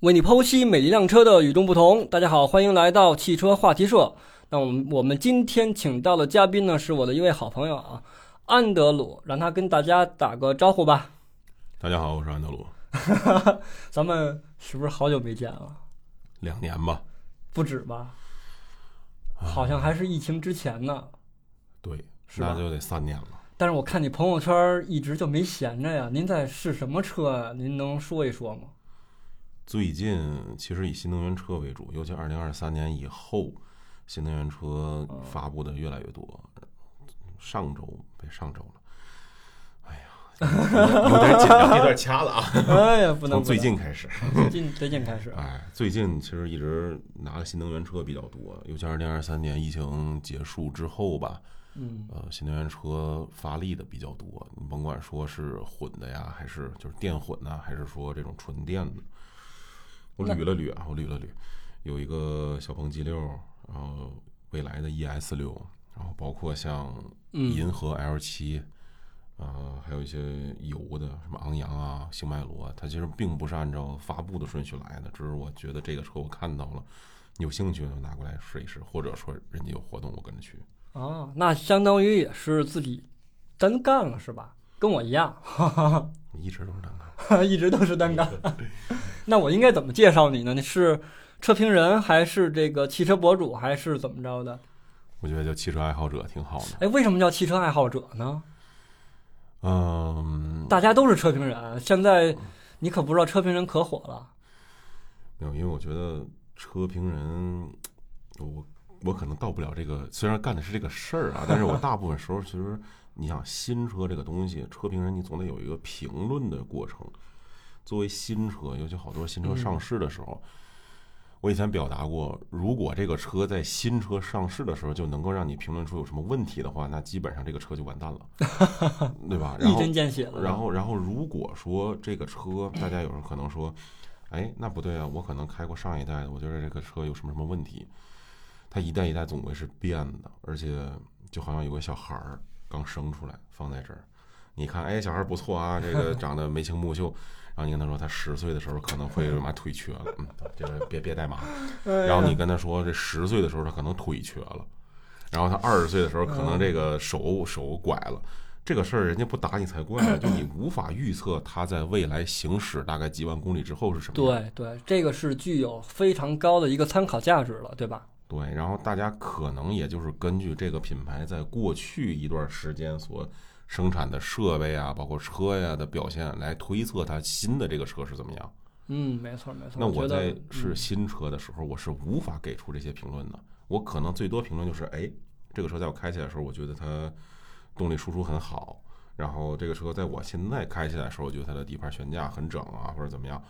为你剖析每一辆车的与众不同。大家好，欢迎来到汽车话题社。那我们我们今天请到的嘉宾呢，是我的一位好朋友啊，安德鲁，让他跟大家打个招呼吧。大家好，我是安德鲁，咱们是不是好久没见了？两年吧，不止吧？好像还是疫情之前呢。对，是吧那就得三年了。但是我看你朋友圈一直就没闲着呀。您在试什么车呀？您能说一说吗？最近其实以新能源车为主，尤其二零二三年以后，新能源车发布的越来越多。上周被上周了，哎呀， 有点紧张，有点掐了 啊。 哎呀，不能，从最不能近开始，最近最近开始。哎，最近其实一直拿新能源车比较多，尤其二零二三年疫情结束之后吧，嗯呃，新能源车发力的比较多，你甭管说是混的呀，还是就是电混呐、还是说这种纯电的。我那捋了捋啊，我捋了捋，有一个小鹏 G 六，然后未来的 ES 六，然后包括像嗯银河 L 七、呃，还有一些油的，什么昂扬啊、星迈罗啊，它其实并不是按照发布的顺序来的，只是我觉得这个车我看到了，有兴趣就拿过来试一试，或者说人家有活动我跟着去。啊，那相当于也是自己单干了是吧？跟我一样， 一直都是这样干。一直都是单干。 那我应该怎么介绍你呢？你是车评人，还是这个汽车博主，还是怎么着的？我觉得就汽车爱好者挺好的。哎，为什么叫汽车爱好者呢？嗯，大家都是车评人，现在你可不知道车评人可火了。没有，因为我觉得车评人，我我可能到不了这个，虽然干的是这个事儿啊，但是我大部分时候其实，你想新车这个东西，车评人你总得有一个评论的过程。作为新车，尤其好多新车上市的时候，我以前表达过，如果这个车在新车上市的时候就能够让你评论出有什么问题的话，那基本上这个车就完蛋 了，对吧？然一后针见血了。然后，然后如果说这个车，大家有人可能说，哎，那不对啊，我可能开过上一代的，我觉得这个车有什么什么问题。它一代一代总归是变的，而且就好像有个小孩儿刚生出来放在这儿，你看，哎，小孩儿不错啊，这个长得眉清目秀。然后你跟他说，他十岁的时候可能会妈腿瘸了，嗯，这个别别带马。然后你跟他说，这十岁的时候他可能腿瘸了，然后他二十岁的时候可能这个手手拐了。这个事儿人家不打你才怪啊呢，就你无法预测他在未来行驶大概几万公里之后是什么样。对对，这个是具有非常高的一个参考价值了，对吧？对，然后大家可能也就是根据这个品牌在过去一段时间所生产的设备啊，包括车呀、的表现来推测它新的这个车是怎么样。嗯，没错没错。那我觉得嗯在试新车的时候，我是无法给出这些评论的。我可能最多评论就是，哎，这个车在我开起来的时候，我觉得它动力输出很好。然后这个车在我现在开起来的时候，我觉得它的底盘悬架很整啊，或者怎么样。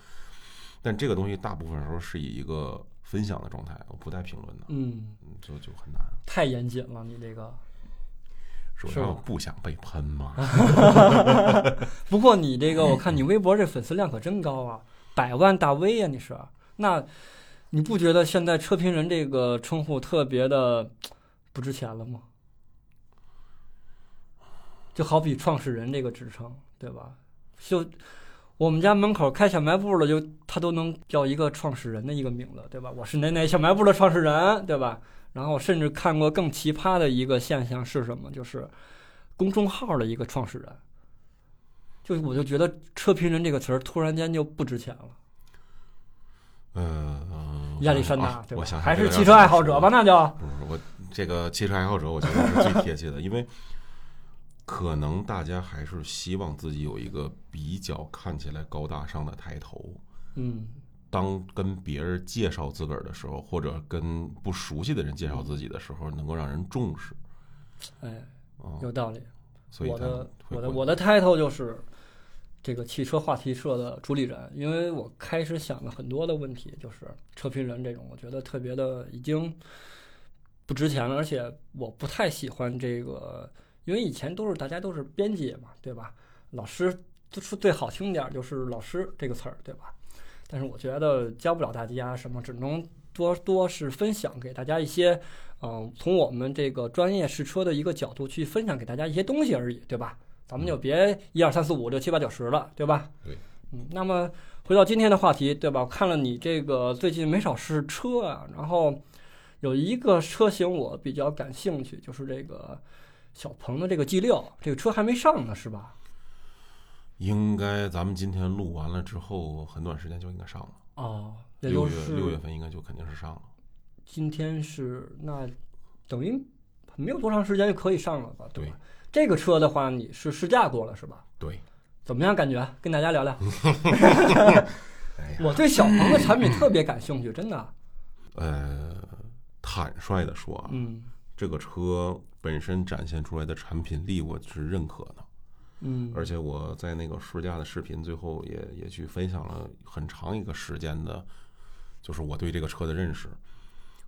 但这个东西大部分时候是以一个分享的状态，我不带评论的，嗯，嗯就就很难。太严谨了，你这个。首是先吗我不想被 喷嘛，不过你这个，我看你微博这粉丝量可真高啊，百万大 V 啊呀、你是？那你不觉得现在车评人这个称呼特别的不值钱了吗？就好比创始人这个职称，对吧？就我们家门口开小卖部了，就他都能叫一个创始人的一个名字，对吧？我是哪哪小卖部的创始人，对吧？然后甚至看过更奇葩的一个现象是什么？就是公众号的一个创始人。就是我就觉得“车评人”这个词儿突然间就不值钱了。呃，呃亚历山大，啊对吧？我想想还这是个汽要车怎么爱好者说吧？那就不是我这个汽车爱好者，我觉得是最贴切的，因为可能大家还是希望自己有一个比较看起来高大上的抬头。嗯当跟别人介绍自个儿的时候，或者跟不熟悉的人介绍自己的时候，能够让人重视。哎，嗯，有道理。所以我他的会我的会我的 title 就是这个汽车话题社的主理人，因为我开始想了很多的问题，就是车评人这种，我觉得特别的已经不值钱了，而且我不太喜欢这个，因为以前都是大家都是编辑嘛，对吧？老师就说最好听点儿就是“老师”这个词儿，对吧？但是我觉得教不了大家什么，只能多多是分享给大家一些嗯，从我们这个专业试车的一个角度去分享给大家一些东西而已，对吧？咱们就别一二三四五六七八九十了，对吧？对，嗯，那么回到今天的话题，对吧？我看了你这个最近没少试车啊，然后有一个车型我比较感兴趣，就是这个小鹏的这个 G 六，这个车还没上呢，是吧？应该咱们今天录完了之后，很短时间就应该上了。哦，也六就月六月是份应该就肯定是上了。今天是那等于没有多长时间就可以上了吧？对吧对？这个车的话，你是试驾过了是吧？对，怎么样感觉？跟大家聊聊。 哎呀，我对小鹏的产品特别感兴趣，真的。啊呃，坦率的说啊，嗯这个车本身展现出来的产品力我是认可的，嗯，而且我在那个试驾的视频最后也也去分享了很长一个时间的，就是我对这个车的认识。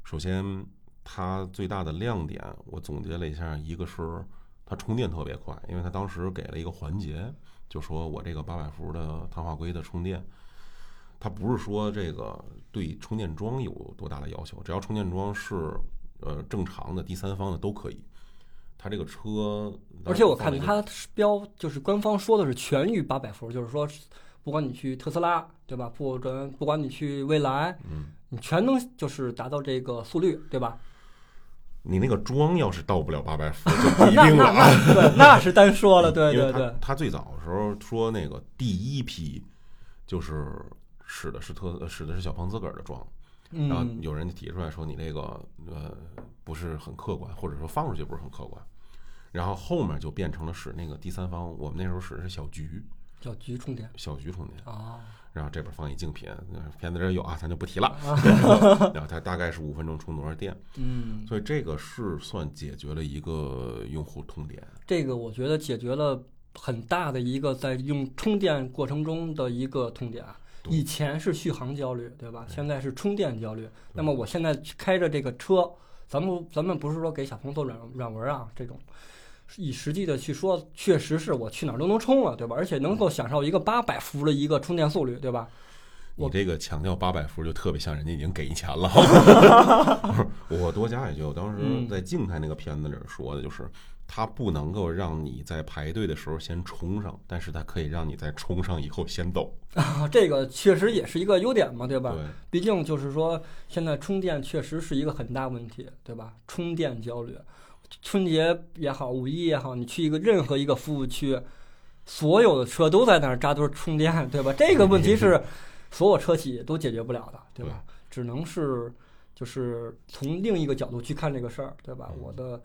首先，它最大的亮点我总结了一下，一个是它充电特别快，因为它当时给了一个环节，就说我这个八百伏的碳化硅的充电，它不是说这个对充电桩有多大的要求，只要充电桩是呃正常的第三方的都可以。它这个车，而且我放了看一个它是标就是官方说的是全域八百伏，就是说是不管你去特斯拉对吧，不准不管你去蔚来，嗯。你全能就是达到这个速率对吧？你那个桩要是到不了八百 伏，就不一定那了。那那对，那是单说了，对 因对为他对，他最早的时候说那个第一批就是使的是特呃使的是小鹏自个儿的桩，然后嗯有人提出来说你这个呃不是很客观，或者说放出去不是很客观。然后后面就变成了使那个第三方，我们那时候使的是小桔，叫局充电小桔充电，啊，然后这边放一竞品，呃片子这儿有啊，咱就不提了。 然后它 大概是五分钟充多少电，嗯，所以这个是算解决了一个用户痛点。这个我觉得解决了很大的一个在用充电过程中的一个痛点啊。对以前是续航焦虑，对吧？现在是充电焦虑。那么我现在开着这个车，咱们咱们不是说给小鹏做软软文啊，这种以实际的去说，确实是我去哪儿都能充了，对吧？而且能够享受一个八百伏的一个充电速率，对吧？你我这个强调八百伏就特别像人家已经给你钱了。 我多加一句，我当时嗯在静态那个片子里说的就是，它不能够让你在排队的时候先冲上，但是它可以让你在冲上以后先走。啊，这个确实也是一个优点嘛，对吧？对，毕竟就是说，现在充电确实是一个很大问题，对吧？充电焦虑，春节也好，五一也好，你去一个任何一个服务区，所有的车都在那儿扎堆儿充电，对吧？这个问题是所有车企都解决不了的，对吧？只能是就是从另一个角度去看这个事儿，对吧？嗯我的。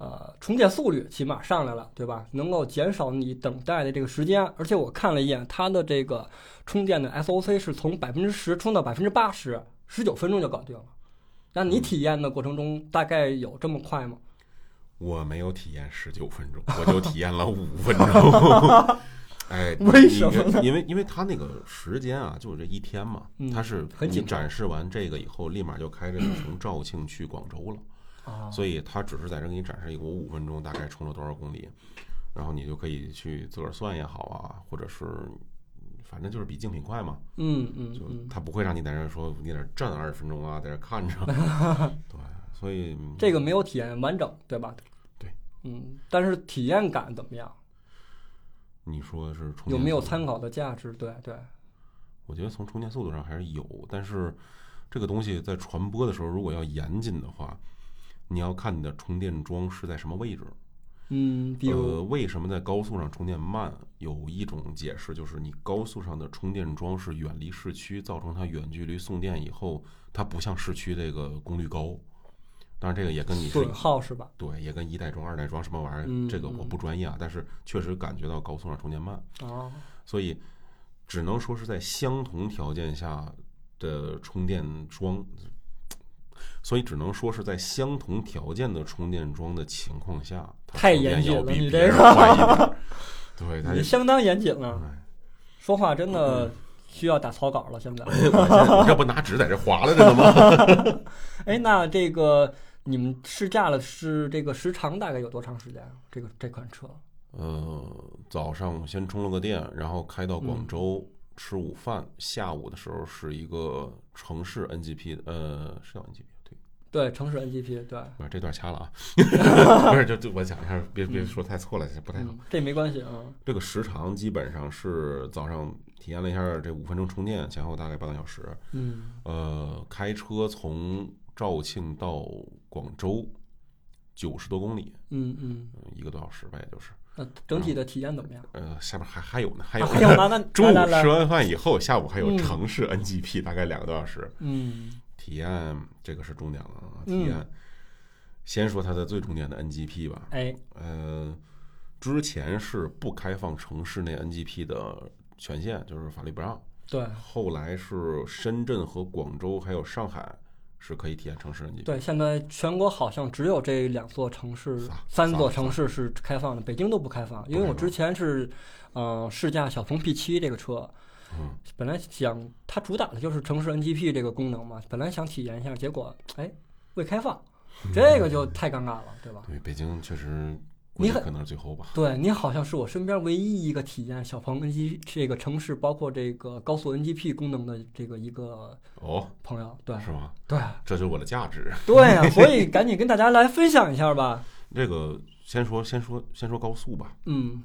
呃，充电速率起码上来了，对吧？能够减少你等待的这个时间，而且我看了一眼它的这个充电的 SOC 是从百分之十充到百分之八十，十九分钟就搞定了。那嗯你体验的过程中大概有这么快吗？我没有体验十九分钟，我就体验了五分钟。 哎，你为什么呢因为因为它那个时间啊，就是这一天嘛，嗯它是很你紧张展示完这个以后，立马就开着你从肇庆去广州了。啊，所以它只是在这给你展示一个我五分钟大概充了多少公里，然后你就可以去自个儿算也好啊，或者是反正就是比竞品快嘛，嗯嗯就嗯，它不会让你在这儿说你在这儿站二十分钟啊，在这儿看 着，对，所以这个没有体验完整，对吧？对，嗯，但是体验感怎么样？你说是充有电没有速度参考的价值？对对，我觉得从充电速度上还是有，但是这个东西在传播的时候，如果要严谨的话，你要看你的充电桩是在什么位置。嗯，比呃，如为什么在高速上充电慢？有一种解释就是，你高速上的充电桩是远离市区，造成它远距离送电以后，它不像市区这个功率高。当然，这个也跟你是损耗是吧？对，也跟一代桩、二代桩什么玩意儿，嗯这个我不专业啊。但是确实感觉到高速上充电慢，啊，所以只能说是在相同条件下的充电桩，所以只能说是在相同条件的充电桩的情况下，它太充电严谨要了比你别这人个快一点 儿。对，它你相当严谨了， 哎说话真嗯的需要打草稿了，现在。我这我这不拿纸在这划拉着呢吗？ 哎，那这个你们试驾了是这个时长大概有多长时间啊？这个这款车呃，早上先充了个电，然后开到嗯广州吃午饭，下午的时候是一个城市 NGP，呃，是叫 NGP 对，对，城市 NGP，对，不是这段掐了啊， 不是就就我讲一下，别别说太错了，不太好。嗯，这没关系啊。嗯这个时长基本上是早上体验了一下这五分钟充电，前后大概半个小时。嗯呃，开车从肇庆到广州九十多公里，嗯嗯，嗯一个多小时吧，也就是。那整体的体验怎么样？呃，下边还还有呢，还啊还有呢。有那那 中来午来吃来完饭以后，下午还有嗯城市 NGP，大概两个多小时。嗯体验这个是重点了啊，体嗯验。先说它的最重点的 NGP 吧，哎呃，之前是不开放城市内 NGP 的权限，就是法律不让。对后来是深圳和广州还有上海是可以体验城市 NGP。对，现在全国好像只有这两座城市仨，三座仨城市是开放的，北京都不开放。因为我之前是，嗯、试驾小鹏 P 七这个车，嗯，本来想它主打的就是城市 NGP 这个功能嘛，本来想体验一下，结果哎未开放，这个就太尴尬了，对吧？嗯对，北京确实，估你计很可能是最后吧。对你好像是我身边唯一一个体验小鹏 NG 这个城市，包括这个高速 NGP 功能的这个一个哦，朋友，对是吗？对这就是我的价值。对 呀、所以赶紧跟大家来分享一下吧。这个先说先说先说高速吧。嗯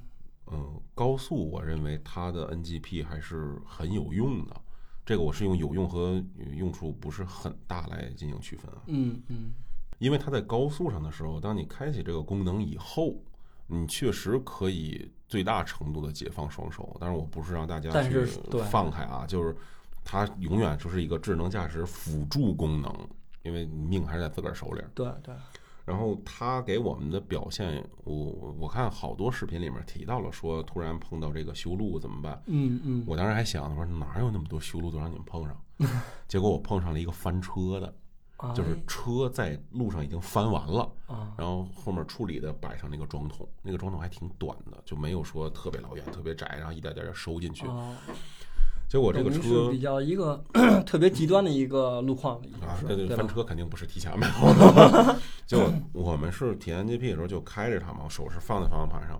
嗯，高速我认为它的 NGP 还是很有用的。这个我是用有用和用处不是很大来进行区分啊。嗯嗯，因为它在高速上的时候，当你开启这个功能以后，你确实可以最大程度的解放双手。但是我不是让大家但去是对放开啊，就是它永远就是一个智能驾驶辅助功能，因为命还是在自个儿手里儿。对对，然后它给我们的表现，我我看好多视频里面提到了说，突然碰到这个修路怎么办？嗯嗯，我当时还想，我说哪有那么多修路都让你们碰上？ 结果我碰上了一个翻车的，啊就是车在路上已经翻完了。啊，然后后面处理的摆上那个桩桶，那个桩桶还挺短的，就没有说特别老远、特别窄，然后一点点地收进去。哦结果这个等于车是比较一个 特别极端的一个路况了，已经啊，是那就对翻吧？车肯定不是提前买 好的。结果我们是体验 GP 的时候就开着它嘛，我手是放在方向盘上。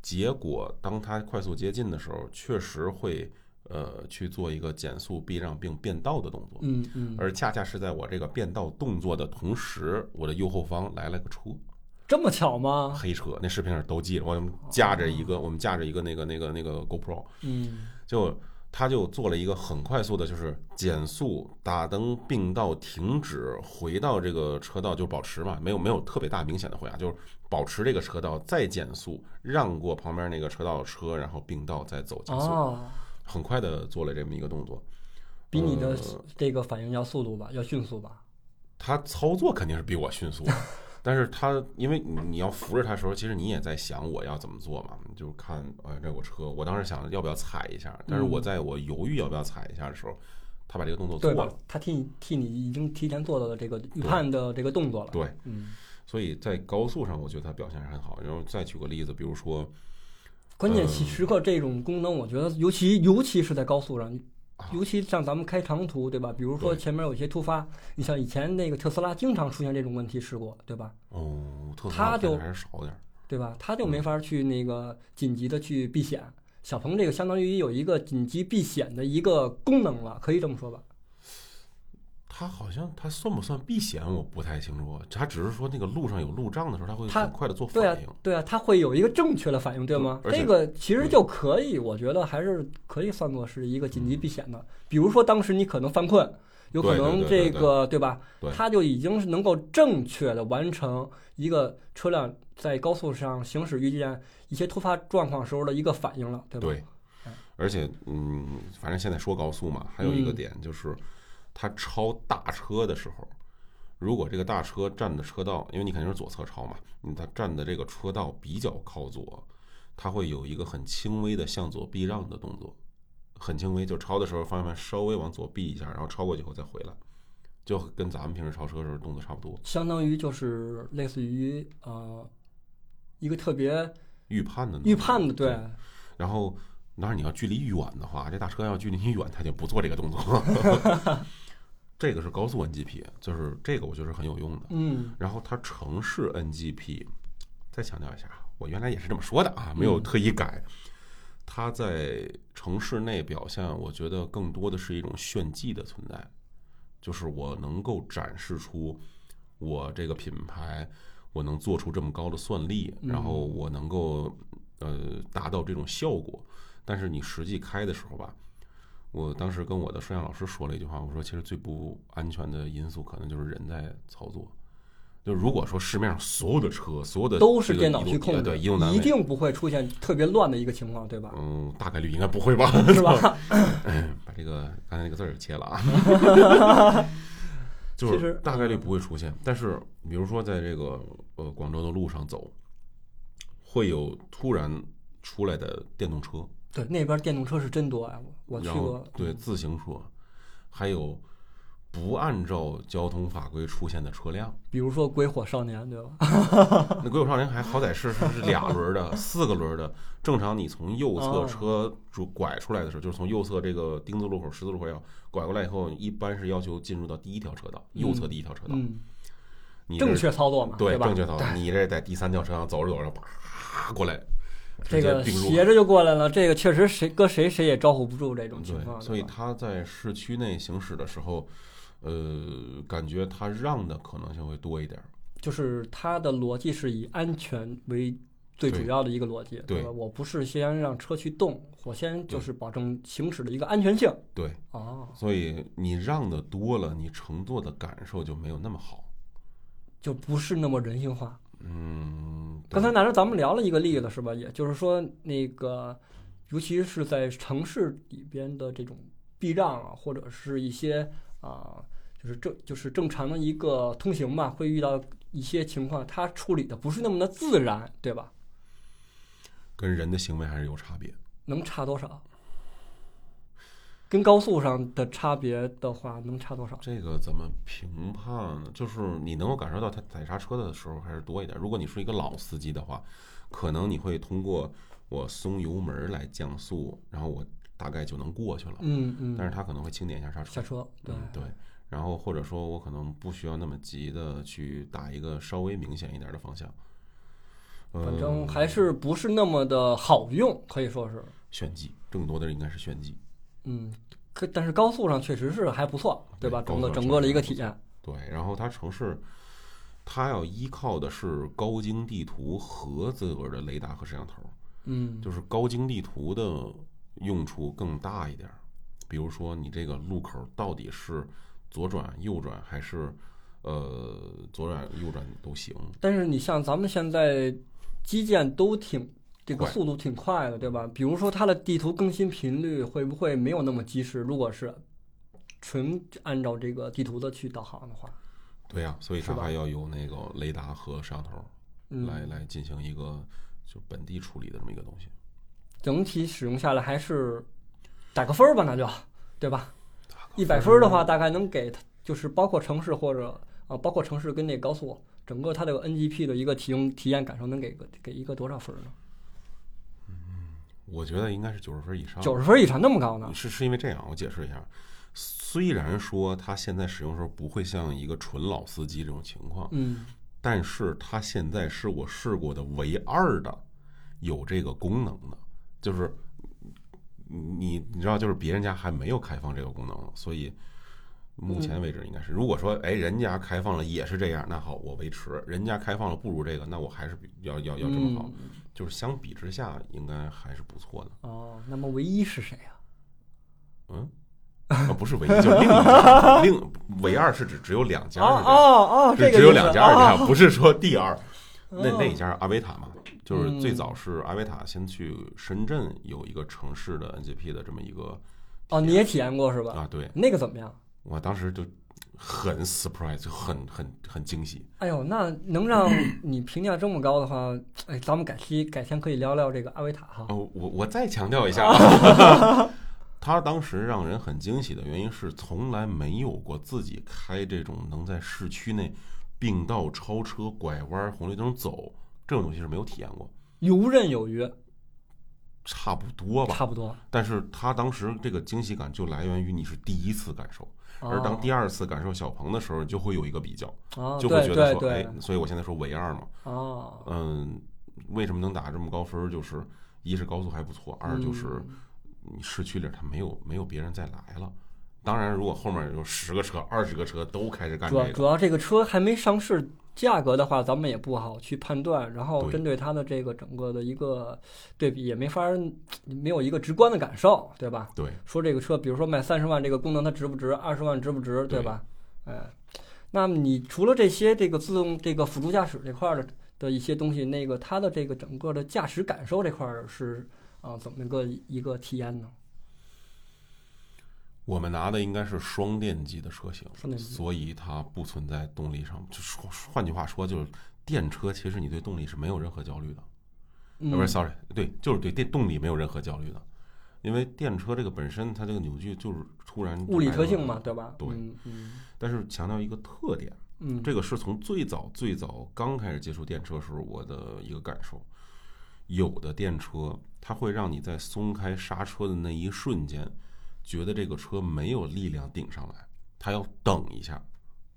结果当它快速接近的时候，确实会呃去做一个减速、避让并变道的动作。嗯嗯，而恰恰是在我这个变道动作的同时，我的右后方来了个车，这么巧吗？黑车，那视频上都记着，我们架着一个，我们架着一个那个那个那个 GoPro，嗯就他就做了一个很快速的，就是减速、打灯、并道、停止，回到这个车道就保持嘛，没有没有特别大明显的回啊，就是保持这个车道，再减速，让过旁边那个车道的车，然后并道再走加速，哦，很快的做了这么一个动作。比你的呃这个反应要速度吧，要迅速吧？他操作肯定是比我 迅速的，但是他因为你你要扶着他的时候，其实你也在想我要怎么做嘛，你就看哎这有个车，我当时想要不要踩一下，但是我在我犹豫要不要踩一下的时候，他把这个动作做嗯对吧了，？他替你替你已经提前做到了这个预判的这个动作了。对，嗯，所以在高速上我觉得他表现还是很好。然后再举个例子，比如说关键呃时时刻这种功能，我觉得尤其尤其是在高速上啊，尤其像咱们开长途，对吧？比如说对前面有一些突发，你像以前那个特斯拉经常出现这种问题事故，对吧？哦，特斯他拉就开的还是少点儿，对吧？他就嗯没法去那个紧急的去避险。小鹏这个相当于有一个紧急避险的一个功能了，可以这么说吧？他好像他算不算避险我不太清楚，他只是说那个路上有路障的时候，他会它很快的做对啊反应。，对啊，它会有一个正确的反应，对吗？嗯而且这个其实就可以，我觉得还是可以算作是一个紧急避险的。比如说当时你可能犯困，有可对对能对这对个对吧对？它就已经是能够正确的完成一个车辆在高速上行驶遇见一些突发状况时候的一个反应了，对吧？对嗯，而且嗯，反正现在说高速嘛，还有一个嗯点就是，它超大车的时候，如果这个大车占的车道，因为你肯定是左侧超嘛，嗯它占的这个车道比较靠左，它会有一个很轻微的向左避让的动作，很轻微，就超的时候方向盘稍微往左避一下，然后超过去以后再回来，就跟咱们平时超车的时候动作差不多。相当于就是类似于呃一个特别预判的呢预判的，对，然后，当然你要距离远的话，这大车要距离你远，它就不做这个动作。 这个是高速 NGP，就是这个我觉得是很有用的。嗯然后它城市 NGP，再强调一下，啊我原来也是这么说的啊，没有嗯特意改。它在城市内表现，我觉得更多的是一种炫技的存在，就是我能够展示出我这个品牌我能做出这么高的算力，然后我能够呃达到这种效果，但是你实际开的时候吧。我当时跟我的摄像老师说了一句话，我说其实最不安全的因素可能就是人在操作。就如果说市面上所有的车，所有的都是这个电脑去移动控呃制，对移动单一位，定不会出现特别乱的一个情况，对吧？嗯，大概率应该不会吧？是 吧？把这个刚才那个字儿给切了啊，啊 就其是实大概率不会出现。但是比如说在这个呃广州的路上走，会有突然出来的电动车，对，那边电动车是真多呀、我我去然后过。嗯对自行车，还有不按照交通法规出现的车 辆。比如说《鬼火少年》，对吧？啊那鬼火少年还好歹是是是俩轮儿的、四个轮儿的。正常你从右侧哦车主拐出来的时候，就是从右侧这个丁字路口、十字路口要拐过来以后，一般是要求进入到第一条车道，右侧第一条车道。嗯，你这正确操作嘛，对吧正？确道路，你这在第三条车道走着走着，啪过来，这直接个并入。斜着就过来了，这个确实谁搁谁谁也招呼不住这种情对，况。所以对吧嗯他在市区内行驶的时候，呃，感觉他让的可能性会多一点儿。就是它的逻辑是以安全为最对主要的一个逻辑，对吧？我不是先让车去动，我先就是保证行驶的一个安全性。对，哦，所以你让的多了，你乘坐的感受就没有那么好。就不是那么人性化。嗯，对刚才男人咱们聊了一个例子，是吧？也就是说，那个尤其是在城市里边的这种避让啊，或者是一些啊、就是正就是正常的一个通行吧，会遇到一些情况，它处理的不是那么的自然，对吧？跟人的行为还是有差别。能差多少？跟高速上的差别的话，能差多少？这个怎么评判呢？就是你能够感受到他踩刹车的时候还是多一点。如果你是一个老司机的话，可能你会通过我松油门来降速，然后我大概就能过去了。嗯但嗯，是他可能会轻点一下刹车下，车对，嗯对，然后或者说我可能不需要那么急的去打一个稍微明显一点的方向。呃、反正还是不是那么的好用，可以说是。炫技，更多的应该是炫技。嗯，可但是高速上确实是还不错，对吧？对整个高速上整个的一个体验，对，然后它城市，它要依靠的是高精地图和自个儿的雷达和摄像头，嗯，就是高精地图的用处更大一点儿。比如说，你这个路口到底是左转、右转，还是呃左转、右转都行。但是你像咱们现在基建都挺这个快速度挺快的，对吧？比如说它的地图更新频率会不会没有那么及时？如果是纯按照这个地图的去导航的话，对呀、啊所以它是吧还要有那个雷达和摄像头嗯，来来进行一个就本地处理的这么一个东西。整体使用下来还是打个分儿吧，那就对吧？一百分儿儿的话，大概能给它就是包括城市或者啊、呃包括城市跟那高速，整个它这个 NGP 的一个体用体验感受，能给个给一个多少分儿呢？我觉得应该是九十分以上。九十分以上那么高呢？是是因为这样，我解释一下。虽然说它现在使用的时候不会像一个纯老司机这种情况，嗯，但是它现在是我试过的唯二的有这个功能的，就是你你知道，就是别人家还没有开放这个功能，所以目前为止应该是，如果说哎人家开放了也是这样，那好我维持；人家开放了不如这个，那我还是比要要要这么好，嗯就是相比之下应该还是不错的。哦，那么唯一是谁啊呀、嗯，啊，不是唯一，就是另一家，另唯二是指只有两家哦是这样，哦哦，是这个只有意思两家是这哦样，不是说第二。那哦那一家是阿维塔嘛，就是最嗯早是阿维塔先去深圳有一个城市的 NGP 的这么一个哦，你也体验过是吧？啊，对那个怎么样？我当时就很 surprise，就很很很惊喜。哎呦，那能让你评价这么高的话，哎，咱们改期改天可以聊聊这个阿维塔哈。哦，我我再强调一 下啊，他当时让人很惊喜的原因是，从来没有过自己开这种能在市区内并道超车、拐弯、红绿灯走这种东西是没有体验过，游刃有余，差不多吧。差不多。但是他当时这个惊喜感就来源于你是第一次感受，而当第二次感受小鹏的时候，就会有一个比较，哦，就会对觉得对说，对哎，，所以我现在说唯二嘛，哦，嗯，为什么能打这么高分儿？就是一是高速还不错，二就是嗯你市区里儿它没有没有别人再来了，当然，如果后面有十个车、二十个车都开始干主这要个，主要这个车还没上市，价格的话咱们也不好去判断，然后对针对它的这个整个的一个对比也没法儿没有一个直观的感受，对吧？对，说这个车，比如说卖三十万这个功能它值不值，二十万值不值，对对吧？哎，那么你除了这些这个自动这个辅助驾驶这块儿的的一些东西，那个它的这个整个的驾驶感受这块儿是啊、怎么个一个体验呢？我们拿的应该是双电机的车型双电，机所以它不存在动力上。就说换句话说，就是电车其实你对动力是没有任何焦虑的，嗯呃，不是，sorry，对，就是对电动力没有任何焦虑的，因为电车这个本身它这个扭矩就是突然物理特性嘛。嘛，对吧？对嗯嗯但是强调一个特点，嗯，这个是从最早最早刚开始接触电车时候我的一个感受。有的电车它会让你在松开刹车的那一瞬间，觉得这个车没有力量顶上来，它要等一下，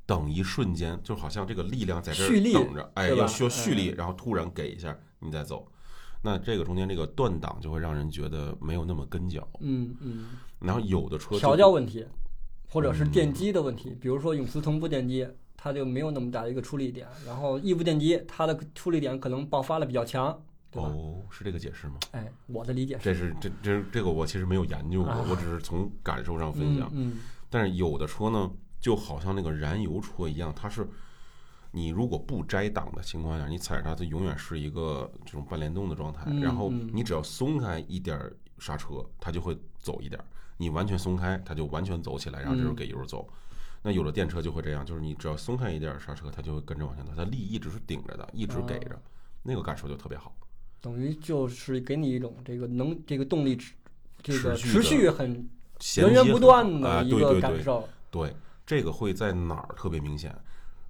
等一瞬间，就好像这个力量在这蓄儿力等着，哎，对吧要需要蓄力，哎然后突然给一下，你再走。那这个中间这个断档就会让人觉得没有那么跟脚，嗯嗯。然后有的车就调教问题，或者是电机的问题，比如说永磁同步电机，它就没有那么大的一个出力点，然后异步电机它的出力点可能爆发的比较强，对吧？哦，是这个解释吗？哎，我的理解是这是这这这个我其实没有研究过啊，我只是从感受上分享。嗯但是有的车呢，就好像那个燃油车一样，它是你如果不摘档的情况下，你踩着它，它永远是一个这种半联动的状态。嗯然后嗯你只要松开一点儿刹车，它就会走一点儿；你完全松开，它就完全走起来，然后这时候嗯给油走。那有的电车就会这样，就是你只要松开一点儿刹车，它就会跟着往前走，它力一直是顶着的，一直啊给着，那个感受就特别好。嗯，等于就是给你一种这个能这个动力持这个持续持的续很衔源接源不很断好啊的一对个对感对受，对，这个会在哪儿特别明显？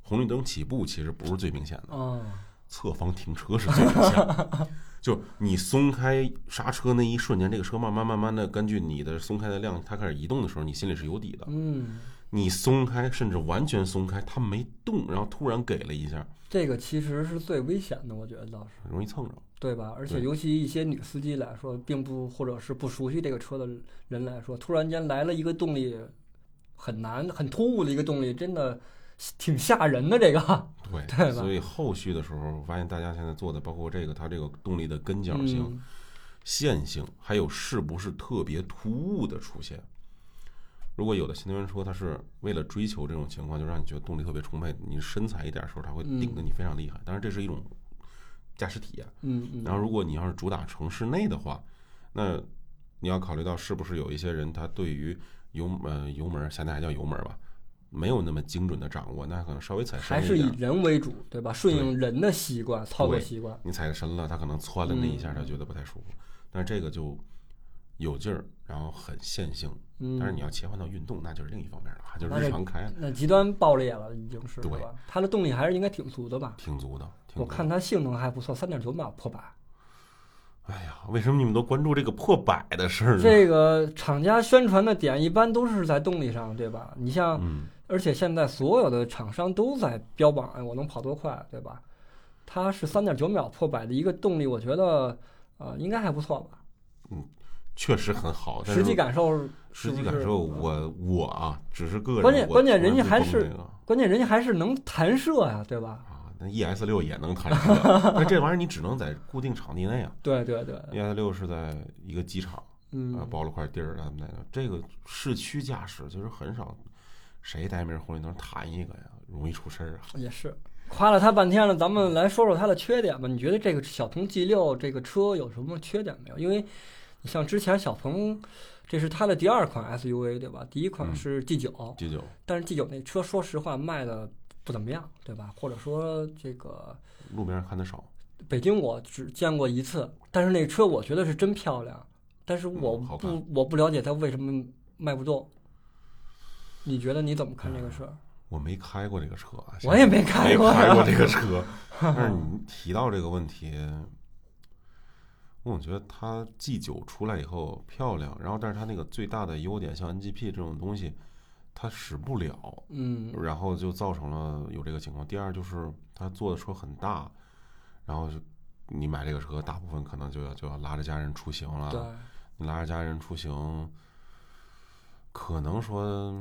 红绿灯起步其实不是最明显的，啊，侧方停车是最明显的。 就你松开刹车那一瞬间，这个车慢慢慢慢的根据你的松开的量，它开始移动的时候，你心里是有底的。嗯，你松开，甚至完全松开，它没动，然后突然给了一下，这个其实是最危险的，我觉得倒是。容易蹭着。对吧？而且对尤其一些女司机来说，并不或者是不熟悉这个车的人来说，突然间来了一个动力，很难、很突兀的一个动力，真的挺吓人的。这个，对，对吧所以后续的时候，我发现大家现在做的，包括这个它这个动力的跟脚 性、嗯线性，还有是不是特别突兀的出现。如果有的新能源车，它是为了追求这种情况，就让你觉得动力特别充沛，你身材一点的时候，它会嗯顶得你非常厉害。当然，这是一种驾驶体验。嗯嗯，然后，如果你要是主打城市内的话，那你要考虑到是不是有一些人他对于油呃油门，现在还叫油门吧，没有那么精准的掌握，那可能稍微踩深还了是一以点儿，人为主，对吧？顺应人的习惯、操作对习惯。你踩深了，他可能窜了那一下，嗯他觉得不太舒服。但是这个就有劲儿，然后很线性，嗯，但是你要切换到运动，那就是另一方面了，就那是就日常开那极端爆裂了，已经是对是吧？它的动力还是应该挺足的吧？挺足的。挺足的我看，它性能还不错，三点九秒破百。哎呀，为什么你们都关注这个破百的事儿呢？这个厂家宣传的点一般都是在动力上，对吧？你像嗯，而且现在所有的厂商都在标榜，哎，我能跑多快，对吧？它是三点九秒破百的一个动力，我觉得呃应该还不错吧。确实很好，但实际是感受是实际不感是受，我我啊，只是个人，关键我关键从来人家不还碰是这个关键人家还是能弹射呀、对吧？啊，那 ES 六也能弹射， 但是这玩意儿你只能在固定场地内啊。对对 对， ES 六是在一个机场啊嗯，包了块地儿，咱们在那这个市区驾驶其实很少，谁待明儿红绿灯弹一个呀，容易出事儿啊。也是。夸了它半天了，咱们来说说它的缺点吧。你觉得这个小鹏 G 六这个车有什么缺点没有？因为你像之前小鹏，这是它的第二款 SUV 对吧？第一款嗯是 G 九、 G 九但是 G 九那车，说实话卖的不怎么样，对吧？或者说这个路边看的少，北京我只见过一次，但是那车我觉得是真漂亮，但是我嗯好不、看我不了解它为什么卖不动。你觉得你怎么看这个事儿？我没开过这个车啊，我也没没开过啊开呀、过 这个车。但是你提到这个问题，我总觉得它 G 九出来以后漂亮，然后但是它那个最大的优点，像 NGP 这种东西，它使不了，嗯然后就造成了有这个情况。第二就是它做的车很大，然后就你买这个车，大部分啊可能就要就要拉着家人出行了。对，你拉着家人出行，可能说，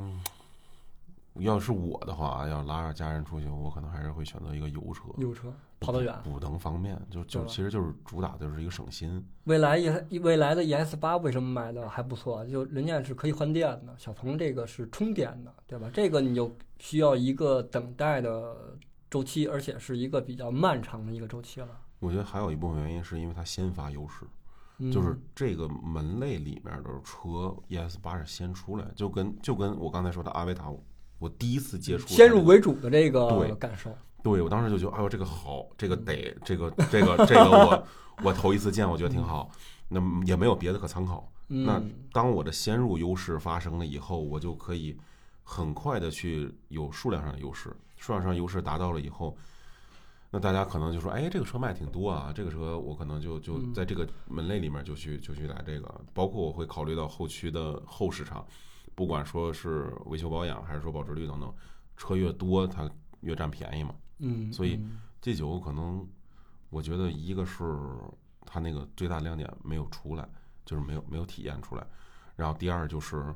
要是我的话，要拉着家人出去，我可能还是会选择一个油车，油车跑得远，补能方面，就对就吧其实就是主打就是一个省心，未来 E 未来的 ES 八为什么卖的还不错？就人家是可以换电的，小鹏这个是充电的，对吧？这个你就需要一个等待的周期，而且是一个比较漫长的一个周期了。我觉得还有一部分原因是因为它先发优势，嗯、就是这个门类里面的车 ES 八是先出来，就跟就跟我刚才说的阿维达，我第一次接触它先那入个为主的这对个感受。对我当时就觉得，哎呦，这个好，这个得，这个这个这个我我头一次见，我觉得挺好。那么也没有别的可参考。那嗯，当我的先入优势发生了以后，我就可以很快的去有数量上的优势，数量上的优势达到了以后，那大家可能就说，哎，这个车卖挺多啊，这个车我可能就就嗯在这个门类里面就去就去来这个，包括我会考虑到后期的后市场，不管说是维修保养还是说保值率等等，车越多它越占便宜嘛。嗯，所以嗯这酒可能，我觉得一个是它那个最大亮点没有出来，就是没有没有体验出来，然后第二就是，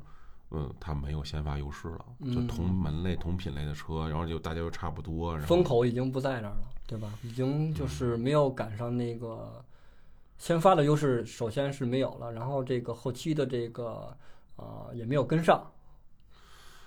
嗯，它没有先发优势了，就嗯同门类同品类的车，然后就大家又差不多，然后风口已经不在那儿了，对吧？已经就是没有赶上那个呃先发的优势，首先是没有了，然后这个后期的这个呃也没有跟上。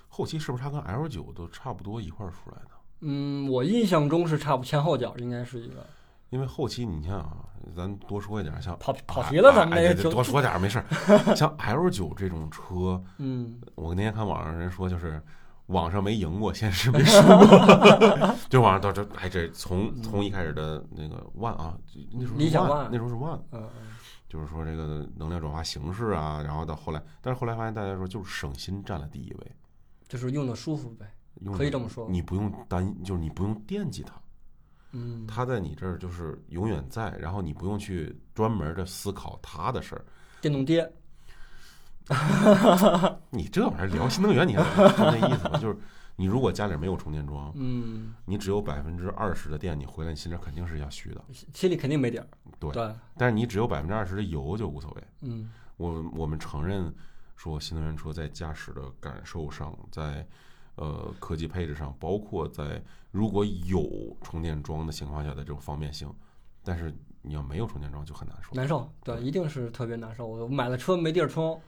后期是不是它跟 L 九都差不多一块儿出来的？嗯，我印象中是差不前后脚应该是一个因为后期你看啊，咱多说一点，像跑跑题了，咱们哎这哎个对就多说点儿没事儿。 像 L 九这种车，嗯我那天看网上人说，就是网上没赢过，现实没输过， 就网上到这，哎，这从从一开始的那个万啊，那时候嗯理是想万， ONE 那时候是万，嗯就是说这个能量转化形式啊，然后到后来，但是后来发现大家说就是省心占了第一位，就是用的舒服呗，用可以着这么说。你不用担，就是你不用惦记它，嗯，它在你这儿就是永远在，然后你不用去专门的思考它的事儿，电动爹，你这玩意儿聊新能源，你还 就那意思吧，就是你如果家里没有充电桩。嗯，你只有百分之二十的电，你回来你心里肯定是要虚的。心里肯定没底儿。嗯对对，但是你只有百分之二十的油就无所谓。嗯我我们承认说新能源车在驾驶的感受上，在呃科技配置上，包括在如果有充电桩的情况下的这种方便性，但是你要没有充电桩就很难说。难受，对，一定是特别难受。我买了车没地儿充，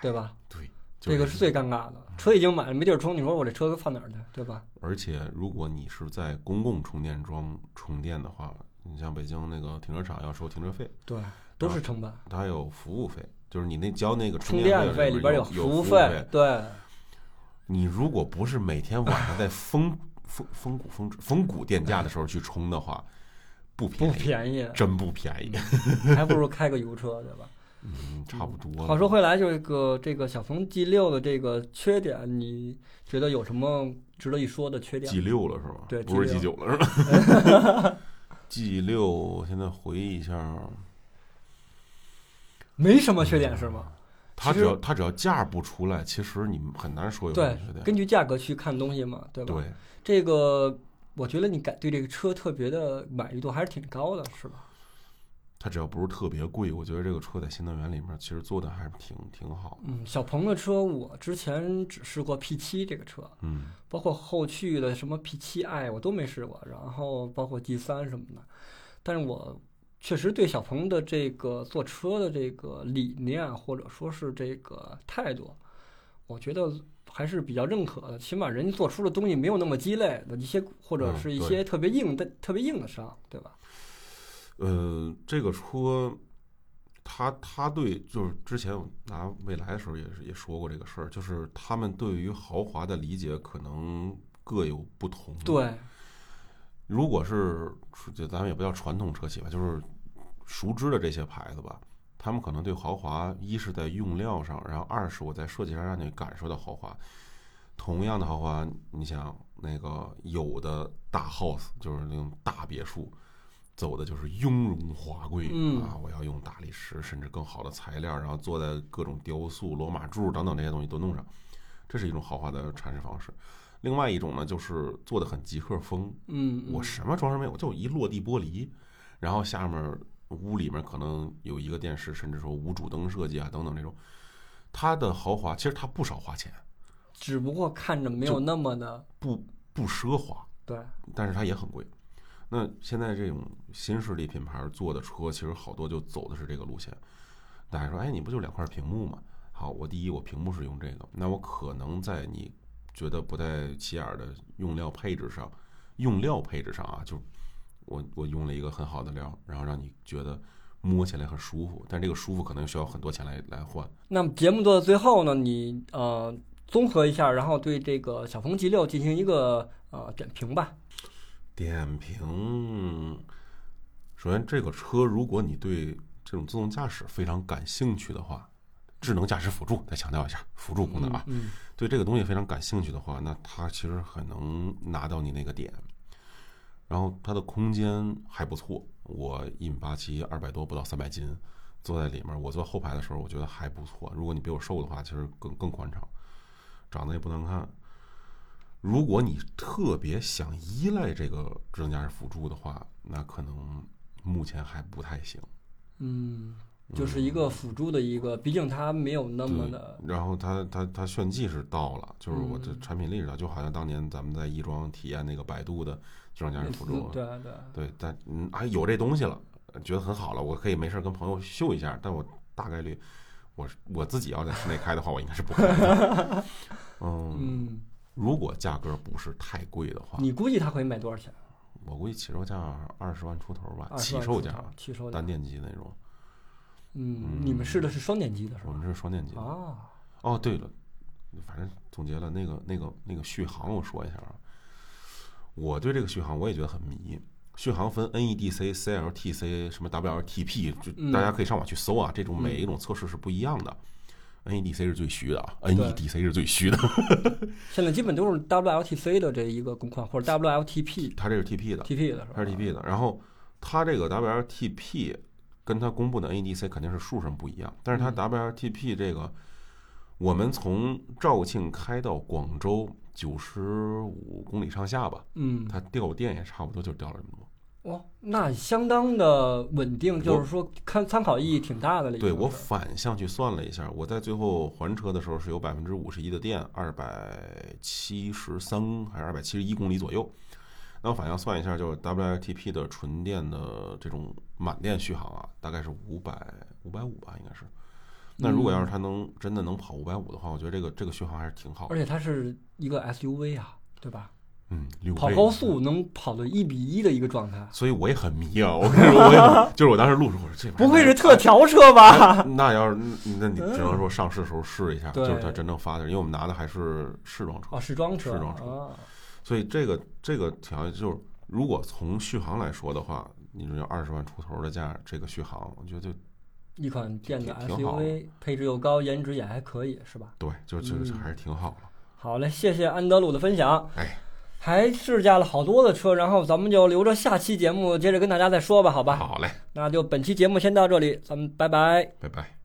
对吧？对，哎就嗯这个是最尴尬的。车已经买了没地儿充，你说我这车放哪儿去，对吧？而且如果你是在公共充电桩充电的话，你像北京那个停车场要收停车费，对，都是成本。它有服务费，就是你那交那个充电电费里边有服有务哎务费，对，你如果不是每天晚上在风 风风谷风风谷电价的时候去充的话，不便不宜，便宜，真不便宜，还不如开个油车，对吧？嗯，差不多。话说，回来，就是个这个小鹏 G 六的这个缺点，你觉得有什么值得一说的缺点？ G 六了是吧？对不是 G G6 九了是吧 ？G 六，我现在回忆一下，没什么缺点是吗？它其只实要它只要价不出来，其实你很难说有什么对缺，点。根据价格去看东西嘛，对吧？对，这个我觉得你感对这个车特别的满意度还是挺高的，是吧？它只要不是特别贵，我觉得这个车在新能源里面其实做的还是挺挺好的。嗯，小鹏的车我之前只试过 P 七这个车，嗯，包括后续的什么 P 七 i 我都没试过，然后包括 G 三什么的，但是我确实对小鹏的这个坐车的这个理念啊或者说是这个态度，我觉得还是比较认可的，起码人家做出的东西没有那么鸡肋的一些或者嗯是一对嗯些特别硬的、特别硬的伤，对吧？呃，这个车，他他对就是之前我拿蔚来的时候也是也说过这个事儿，就是他们对于豪华的理解可能各有不同。，对，如果是就咱们也不叫传统车企吧，就是熟知的这些牌子吧，他们可能对豪华一是在用料上，然后二是我在设计上让你感受到豪华。同样的豪华，你想那个有的大 house 就是那种大别墅，走的就是雍容华贵、嗯啊，我要用大理石甚至更好的材料，然后做在各种雕塑、罗马柱等等这些东西都弄上，这是一种豪华的阐释方式。另外一种呢，就是做的很极客风，嗯，我嗯什么装饰没有，就一落地玻璃，然后下面屋里面可能有一个电视，甚至说无主灯设计啊等等这种，它的豪华其实它不少花钱，只不过看着没有那么的不不奢华，对，但是它也很贵。那现在这种新势力品牌做的车，其实好多就走的是这个路线。大家说，哎，你不就两块屏幕吗？好，我第一我屏幕是用这个，那我可能在你觉得不太起眼儿的用料配置上，用料配置上啊，就我我用了一个很好的料，然后让你觉得摸起来很舒服，但这个舒服可能需要很多钱来来换。那么节目做到最后呢，你呃综合一下，然后对这个小鹏 G 六进行一个呃点评吧。点评，首先这个车，如果你对这种自动驾驶非常感兴趣的话，智能驾驶辅助再强调一下辅助功能啊，嗯，对这个东西非常感兴趣的话，那它其实很能拿到你那个点。然后它的空间还不错，我一米八七，二百多不到三百斤，坐在里面，我坐后排的时候我觉得还不错。如果你比我瘦的话，其实更更宽敞，长得也不难看。如果你特别想依赖这个智能驾驶辅助的话，那可能目前还不太行。嗯，就是一个辅助的一个，毕竟它没有那么的，然后它它它炫技是到了，就是我这嗯产品力是到，就好像当年咱们在亦庄体验那个百度的智能驾嗯驶辅助，嗯对对，对，但嗯，哎，有这东西了，觉得很好了，我可以没事儿跟朋友秀一下，但我大概率，我是我自己要在室内开的话，我应该是不会的。 嗯，嗯，如果价格不是太贵的话，你估计它会卖多少钱？我估计起售价二啊十万出头吧， 20起万售出价头，起售价单。电机那种，嗯，你们试的是双电机的是我吧？们这是双电机的。啊，哦，对了，反正总结了那个那个那个续航，我说一下啊，我对这个续航我也觉得很迷。续航分 E NEDC、CLTC 什么 WLTP，就嗯大家可以上网去搜啊，这种嗯每一种测试是不一样的。NEDC 是最虚的啊对，NEDC 是最虚的， 现在基本都是 WLTC 的这一个工况，或者 WLTP 它这是 TP 的， TP 的是吧它是 TP 的。然后它这个 WLTP 跟它公布的 NEDC 肯定是数上不一样，但是它嗯 WLTP 这个，我们从肇庆开到广州九十五公里上下吧，嗯，它掉电也差不多就掉了这么多。哦，那相当的稳定，就是说看参考意义挺大的了。已经对是我反向去算了一下，我在最后还车的时候是有百分之五十一的电，二百七十三还是二百七十一公里左右。那我反向算一下，就是 WLTP 的纯电的这种满电续航啊，大概是五百五百五吧，应该是。那如果嗯要是它能真的能跑五百五的话，我觉得这个这个续航还是挺好的而。且它是一个 SUV 啊，对吧？嗯，六跑倍高速能跑到一比一的一个状态，所以我也很迷啊！我跟你说，我也很 就是我当时录的时候，我说这玩意儿不会是特调车吧？那要是那你只能说上市的时候试一下，对就是它真正发的，因为我们拿的还是试装车，哦，试装车，试装车啊所以这个这个条件就是，如果从续航来说的话，你说二十万出头的价，这个续航，我觉得就一款电子挺挺好 SUV，配置又高，颜值也还可以，是吧？对，就就嗯就还是挺好了。好嘞，谢谢安德鲁的分享。哎，还试驾了好多的车，然后咱们就留着下期节目接着跟大家再说吧，好吧？好嘞，那就本期节目先到这里，咱们拜拜。拜拜。